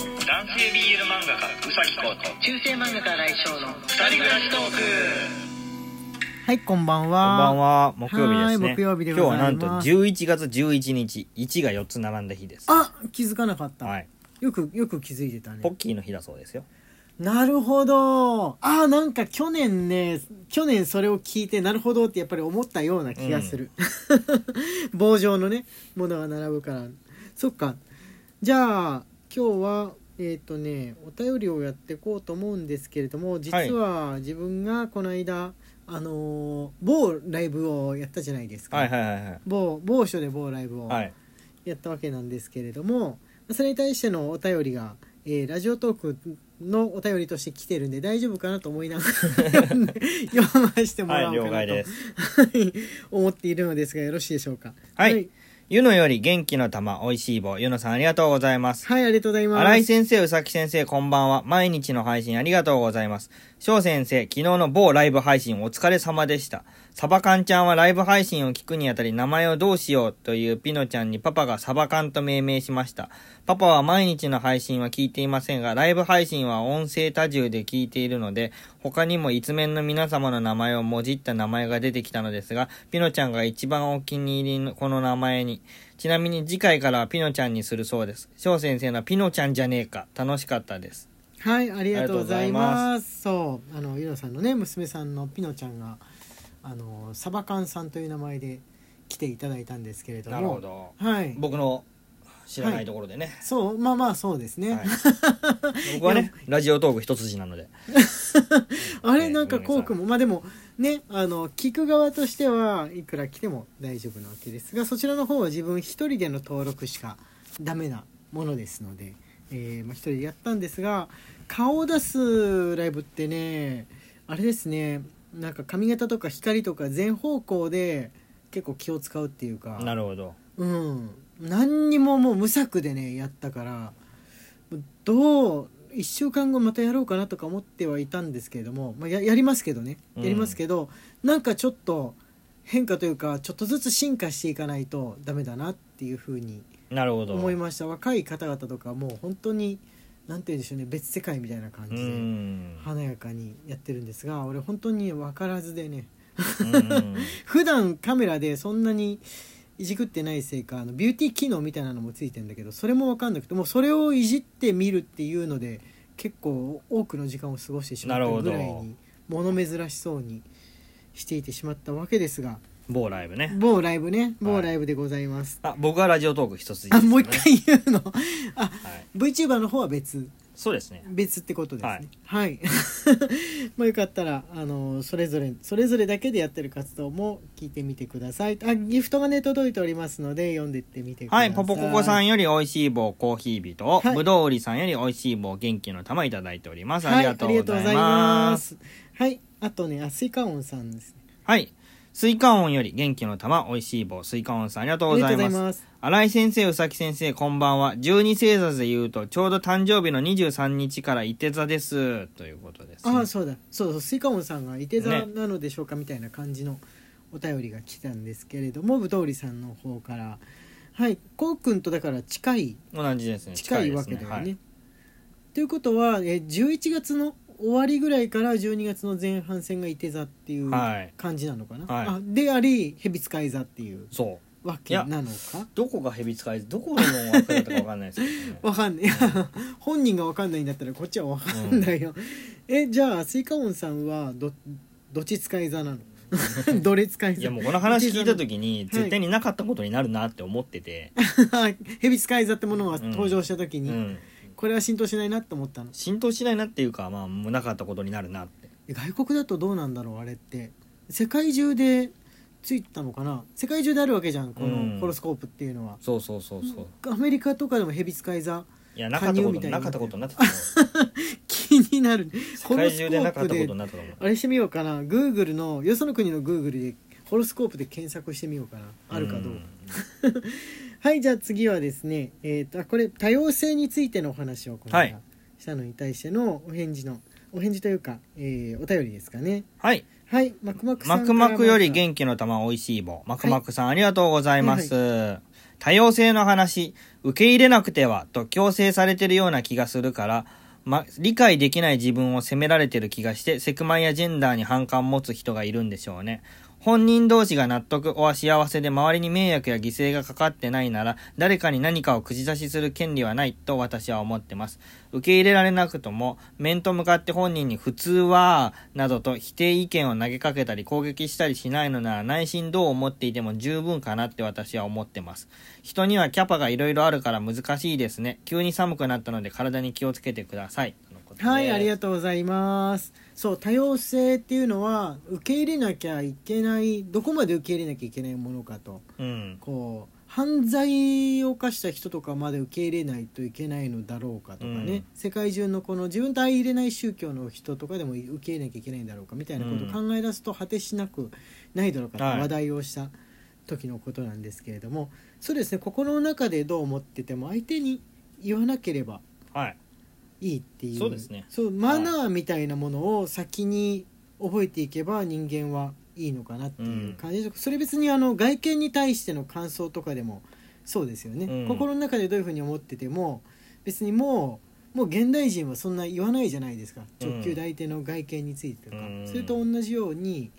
系 BL 漫画家うさぎと中世漫画家来翔の二人暮らしトークはいこんばんこんばんはは、木曜日ですはねい。木曜日でござい今日ますはなんと11月11日、1が4つ並んだ日です。あ気づかなかった、はい。よくよく気づいてたポねッキーの日だそうですよ。なるほどあーなんか去年ね去年それを聞いてなるほどってやっぱり思ったような気がする、 棒状のねものが並ぶからそっかじゃあ今日はえっ、とねお便りをやっていこうと思うんですけれども実は自分がこの間あのー某ライブをやったじゃないですか、はいはいはいはい。某某所で某ライブをはい。やったわけなんですけれどもそれに対してのお便りが、えーラジオトークのお便りとして来てるんで大丈夫かなと思いながら 読んで読ませてもはらおい、う了かな解と、です。はい思っているのですがよろしいでしょうかはいはい、ゆのより元気の玉、おいしい棒。ゆのさんありがとうございます。はいありがとうございます新井先生、うさき先生、こんばんは。毎日の配信ありがとうございます。翔先生、昨日の某ライブ配信お疲れ様でした。サバカンちゃんはライブ配信を聞くにあたり名前をどうしようというピノちゃんにパパがサバカンと命名しました。パパは毎日の配信は聞いていませんが、ライブ配信は音声多重で聞いているので、他にも一面の皆様の名前をもじった名前が出てきたのですが、ピノちゃんが一番お気に入りのこの名前に、ちなみに次回からはピノちゃんにするそうです。翔先生のピノちゃんじゃねえか。楽しかったです。はいありがとうございまあすそうあのゆのさんのね娘さんのピノちゃんがあのサバカンさんという名前で来ていただいたんですけれどもなるほど。はい僕の知らないところでね。そうまあまあそうですね、 はい僕はね、ラジオトーク一筋なので。 あれねなんかごめんなさこいうくんもまあでもねあの聞く側としてはいくら来ても大丈夫なわけですがそちらの方は自分一人での登録しかダメなものですので、えーまあ、一人でやったんですが顔を出すライブってねあれですねなんか髪型とか光とか全方向で結構気を使うっていうかなるほど。うん何にももう無策でねやったからどう1週間後またやろうかなとか思ってはいたんですけれども、まあ、ややりますけどねうんやりますけど、なんかちょっと変化というかちょっとずつ進化していかないとダメだなっていうふうになるほど。思いました若い方々とかもう本当に何て言うんでしょうね別世界みたいな感うじでん。華やかにやってるんですが俺本当に分からずでねうん普段カメラでそんなにいじくってないせいかあのビューティー機能みたいなのもついてんだけどそれも分かんなくてもうそれをいじってみるっていうので結構多くの時間を過ごしてしまったぐらないるほどに物珍しそうにしていてしまったわけですが某ライブね。某ライブね某ライブでございます、あ、僕はラジオトーク一筋であす、もう一は回言うのあい。 VTuber の方は別そうですね。別ってことですねはい、 まあよかったらあのそれぞれそれぞれだけでやってる活動も聞いてみてくださいあギフトがね届いておりますので読んでってみてくださはいい、ポポココさんより美味しい棒コーヒー人を、はいぶどう売りさんより美味しい棒元気の玉いただいております。はいありがとうございあります。がとうございますはいあとねあスイカオンさんですねはい。スイカオンより元気の玉、美味しい棒、スイカオンさんありがとうございありがとまうごすざい。ます新井先生、うさき先生、こんばんは。十二星座で言うと、ちょうど誕生日の23日から伊手座です。ということです、ああそうだそうそうスイカオンさんがいて座なのでしょうか、みたいな感じのお便りが来たんですけれどもぶどうりさんの方からはいこうくんとだから近い同じですね。近いわけだよね。近いですということはえー11月の終わりぐらいから12月の前半戦がいて座っていうはい感じなのかな、はいあであり蛇使い座っていうそう。わけなのかどこが蛇使い、どこの枠だったかわかんないですけど、ね 。わかんない本人がわかんないんだったらこっちはわかんないよ、えじゃあスイカオンさんはどどっち使い座なのどれ使い座いやもうこの話聞いた時に絶対になかったことになるなって思ってて、 蛇使い座ってものが登場した時に、うん、これは浸透しないなと思ったの浸透しないなっていうかまあもうなかったことになるなって外国だとどうなんだろうあれって世界中でついたのかな世界中であるわけじゃんこうのんホロスコープっていうのは、そうそうそうそう、アメリカとかでもヘビ使い座いやなかったこ加入みとたいにななってるかったことになってたよ 気になる世界中でなかったことになってたと思うあれしてみようかな Google のよその国の Google でホロスコープで検索してみようかなあるかどうか、んはいじゃあ次はですねえーとあこれ多様性についてのお話をこの間はいしたのに対してのお返事のお返事というか、えーお便りですかねはいはいマクマクさんマかクらマクよりまずは元気の玉おいしい棒マクマクさんありがとうございます、多様性の話、受け入れなくてはと強制されてるような気がするから、ま、理解できない自分を責められてる気がして、セクマイやジェンダーに反感を持つ人がいるんでしょうね。本人同士が納得おは幸せで周りに迷惑や犠牲がかかってないなら誰かに何かを口出しする権利はないと私は思ってます。受け入れられなくとも面と向かって本人に普通はなどと否定意見を投げかけたり攻撃したりしないのなら内心どう思っていても十分かなって私は思ってます。人にはキャパが色々あるから難しいですね。急に寒くなったので体に気をつけてください。とのことですはい、ありがとうございます。そう、多様性っていうのは、受け入れなきゃいけない、どこまで受け入れなきゃいけないものかと。うん。こう、犯罪を犯した人とかまで受け入れないといけないのだろうかとかね、うん世界中のこの自分と相入れない宗教の人とかでも受け入れなきゃいけないんだろうかみたいなことを考え出すと果てしなくないだろうかとはい話題をした時のことなんですけれども、そうですね心の中でどう思ってても相手に言わなければはい。いいっていうそうですねそうマナーみたいなものを先に覚えていけば人間はいいのかなっていう感じで、それ別にあの外見に対しての感想とかでもそうですよね、うん心の中でどういうふうに思ってても別にもうもう現代人はそんな言わないじゃないですかうん直球大手の外見についてとか、うんそれと同じように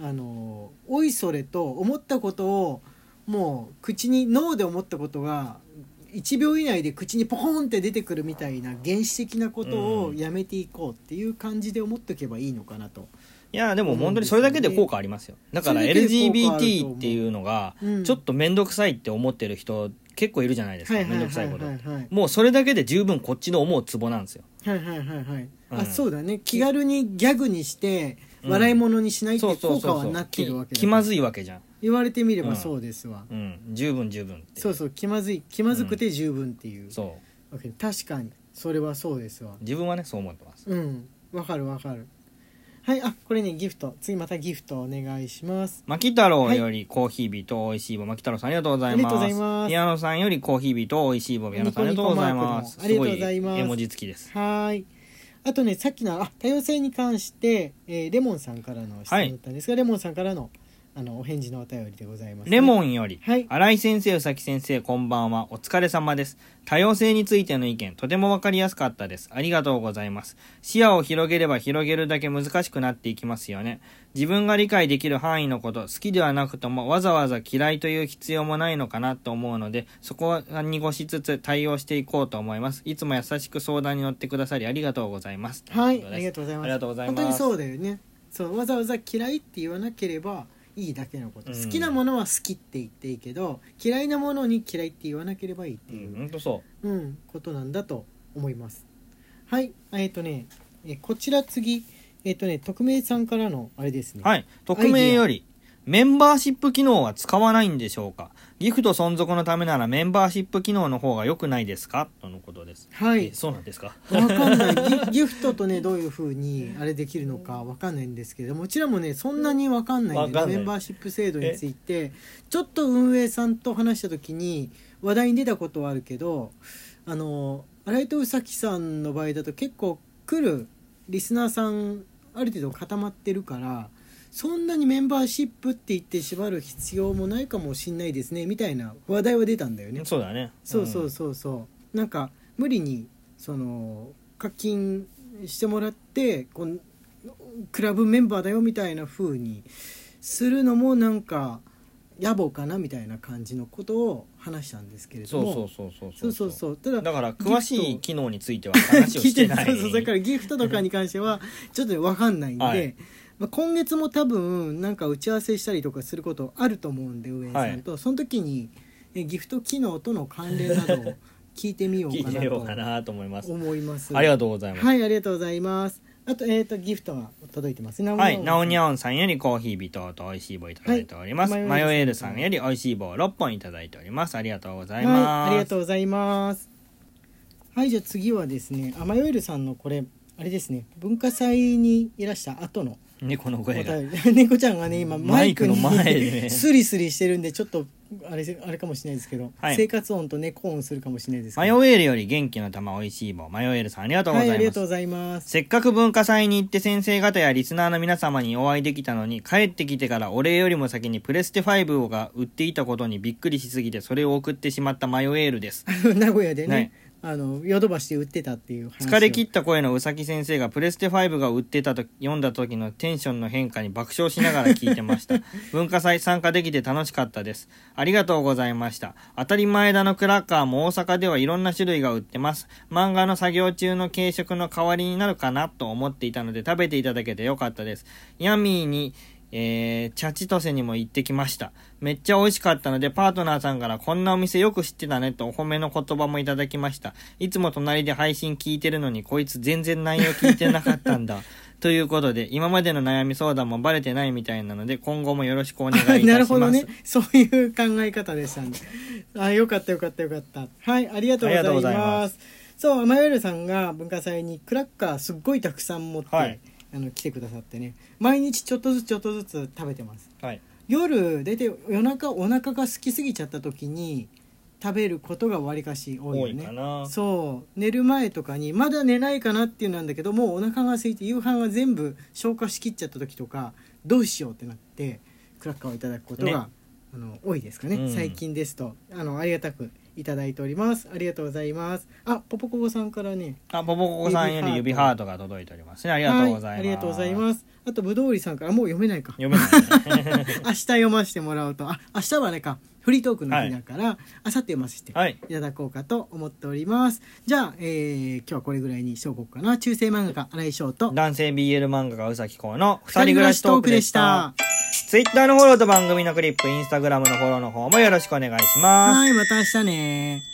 あのおいそれと思ったことをもう口に脳で思ったことが1秒以内で口にポコンって出てくるみたいな原始的なことをやめていこうっていう感じで思っとけばいいのかなと、いやでも本当にそれだけで効果ありますよだからそれだけで効果あると思う LGBT っていうのがうんちょっと面倒くさいって思ってる人結構いるじゃないですか面倒くさいことはっいてはいはいもうそれだけで十分こっちの思うツボなんですよはいはいはいはい、うんあそうだね気軽にギャグにしてうん笑い物にしないってそうそ効う果そうはそうなってるわけきだ気まいずいわけじゃん言われてみれうばんそうですわ、うん十分十分ってそうそう気まずい気まずくて十分っていう、そわけ確かにそれはそうですわう自分はねそう思ってますうんわかるわかるはいあこれねギフト次またギフトお願いします牧太郎よりコーヒービーと美味しい棒牧太郎さんありがとうござあいますりがとうございます宮野さんよりコーヒービーと美味しい棒宮野さんありがとうございますニコニコマークもありがとうございますすごい絵文字付きですはーいあとねさっきのあ多様性に関して、えーレモンさんからの質問だったんですが、レモンさんからのあのお返事のお便りでございますね、レモンより、はい新井先生、宇崎先生、こんばんは。お疲れ様です。多様性についての意見、とてもわかりやすかったです。ありがとうございます。視野を広げれば広げるだけ難しくなっていきますよね。自分が理解できる範囲のこと、好きではなくとも、わざわざ嫌いという必要もないのかなと思うので、そこは濁しつつ対応していこうと思います。いつも優しく相談に乗ってくださり、ありがとうございます。はいとあいりがうことうございますありがとうございます本当にそうだよねそうわざわざ嫌いって言わなければいいだけのこと、うん好きなものは好きって言っていいけど嫌いなものに嫌いって言わなければいいってといでう、す。うん、ほんとそう。うん、ことなんだと思います。はい、えっ、とね、えーこちら次、えっ、とね、匿名さんからのあれですね。、はいい。匿名より、メンバーシップ機能は使わないんでしょうかギフト存続のためならメンバーシップ機能の方が良くないですかとのことです。はいえそうなんですかわかんないギギフトとねどういうふうにあれできるのかわかんないんですけれどもうちらもねそんなにわかんないんでわかんないメンバーシップ制度についてちょっと運営さんと話した時に話題に出たことはあるけどあの新井と宇崎さんの場合だと結構来るリスナーさんある程度固まってるからそんなにメンバーシップって言って縛る必要もないかもしんないですねみたいな話題は出たんだよね。そうだね。そうそうそうそうなんか無理にその課金してもらってこうクラブメンバーだよみたいな風にするのもなんか野暮かなみたいな感じのことを話したんですけれどそうもそうそうそうそうそうそうただだから、詳しい機能については話をしてない。そうそうだからギフトとかに関してはちょっと分かんないんで、はいまあ、今月も多分なんか打ち合わせしたりとかすることあると思うんで運営さんと、その時にえギフト機能との関連などを聞いてみよ聞ういかてなみようかとなと思います。思いますありがとうございます。はいありがとうございますあと,、えー、とギフトが届いてますねはい、ナオニゃャオンさんよりコーヒー微糖と美味しい棒いただいております。はいマヨエールさんより美味しい棒6本いただいております。ありがとうございはます。い、ありがとうございます。はい、じゃあ次はですね、あまよえるさんのこれ、あれですね、文化祭にいらした後の猫のお声が。 便り。猫ちゃんがね、今マイクにマイクの前でねスリスリしてるんで、ちょっとあれあれかもしれないですけど、はい生活音と猫音するかもしれないですけマどヨエールより元気の玉美味しい棒。マヨエールさんありがとうごはざいいます。ありがとうございますせっかく文化祭に行って先生方やリスナーの皆様にお会いできたのに、帰ってきてからお礼よりも先にプレステ5が売っていたことにびっくりしすぎて、それを送ってしまったマヨエールです。名古屋でねあのヨドバシで売ってたっていう話を疲れ切った声のうさき先生がプレステ5が売ってたと読んだ時のテンションの変化に爆笑しながら聞いてました文化祭参加できて楽しかったですありがとうございました当たり前だのクラッカーも大阪ではいろんな種類が売ってます漫画の作業中の軽食の代わりになるかなと思っていたので食べていただけてよかったですヤミーにえー、チャチトセにも行ってきました。めっちゃ美味しかったので、パートナーさんからこんなお店よく知ってたねとお褒めの言葉もいただきました。いつも隣で配信聞いてるのに、こいつ全然内容聞いてなかった んだ。ということで、今までの悩み相談もバレてないみたいなので、今後もよろしくお願いいたしま す。なるほどねそういう考え方でした ねあよかったよかったよかったはいありがとうございあまりがとうごすざいますそうマヨエルさんが文化祭にクラッカーすっごいたくさん持って、はいあの来てくださってね毎日ちょっとずつちょっとずつ食べてますはい。夜大体夜中お腹が空きすぎちゃった時に食べることがわりかし多いよ多ねいかな。そう寝る前とかにまだ寝ないかなっていうのなんだけどもうお腹が空いて夕飯が全部消化しきっちゃった時とかどうしようってなってクラッカーをいただくことが、ねあの多いですかね、うん最近ですとあのありがたくいただいておりますありがとうございますあポポコボさんからねあ、ボボココさんより指指ハハートが届いておりますね。ありがとうございます。はいありがとうございますあとぶどう売りさんからもう読めないか読めないね。 明日読ませてもらおうとあ明日はあれかフリートークの日だから、明後日読ませてはい。いただこうかと思っておりますじゃあ、えー今日はこれぐらいにしとこうかな中世漫画家新井翔と男性 BL 漫画がうさきこうの二人暮らしトークでし二た。人暮らしトークでツイッターのフォローと番組のクリップ、インスタグラムのフォローの方もよろしくお願いししたます。はいまた明日ね